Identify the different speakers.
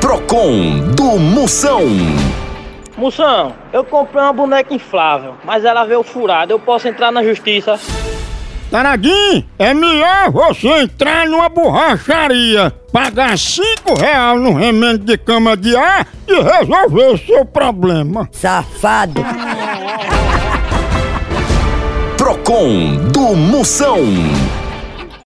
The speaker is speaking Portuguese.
Speaker 1: Procon do Moção.
Speaker 2: Moção, eu comprei uma boneca inflável, mas ela veio furada. Eu posso entrar na justiça?
Speaker 3: Taradim, é melhor você entrar numa borracharia, pagar cinco reais no remendo de cama de ar e resolver o seu problema.
Speaker 4: Safado.
Speaker 1: Procon do Moção.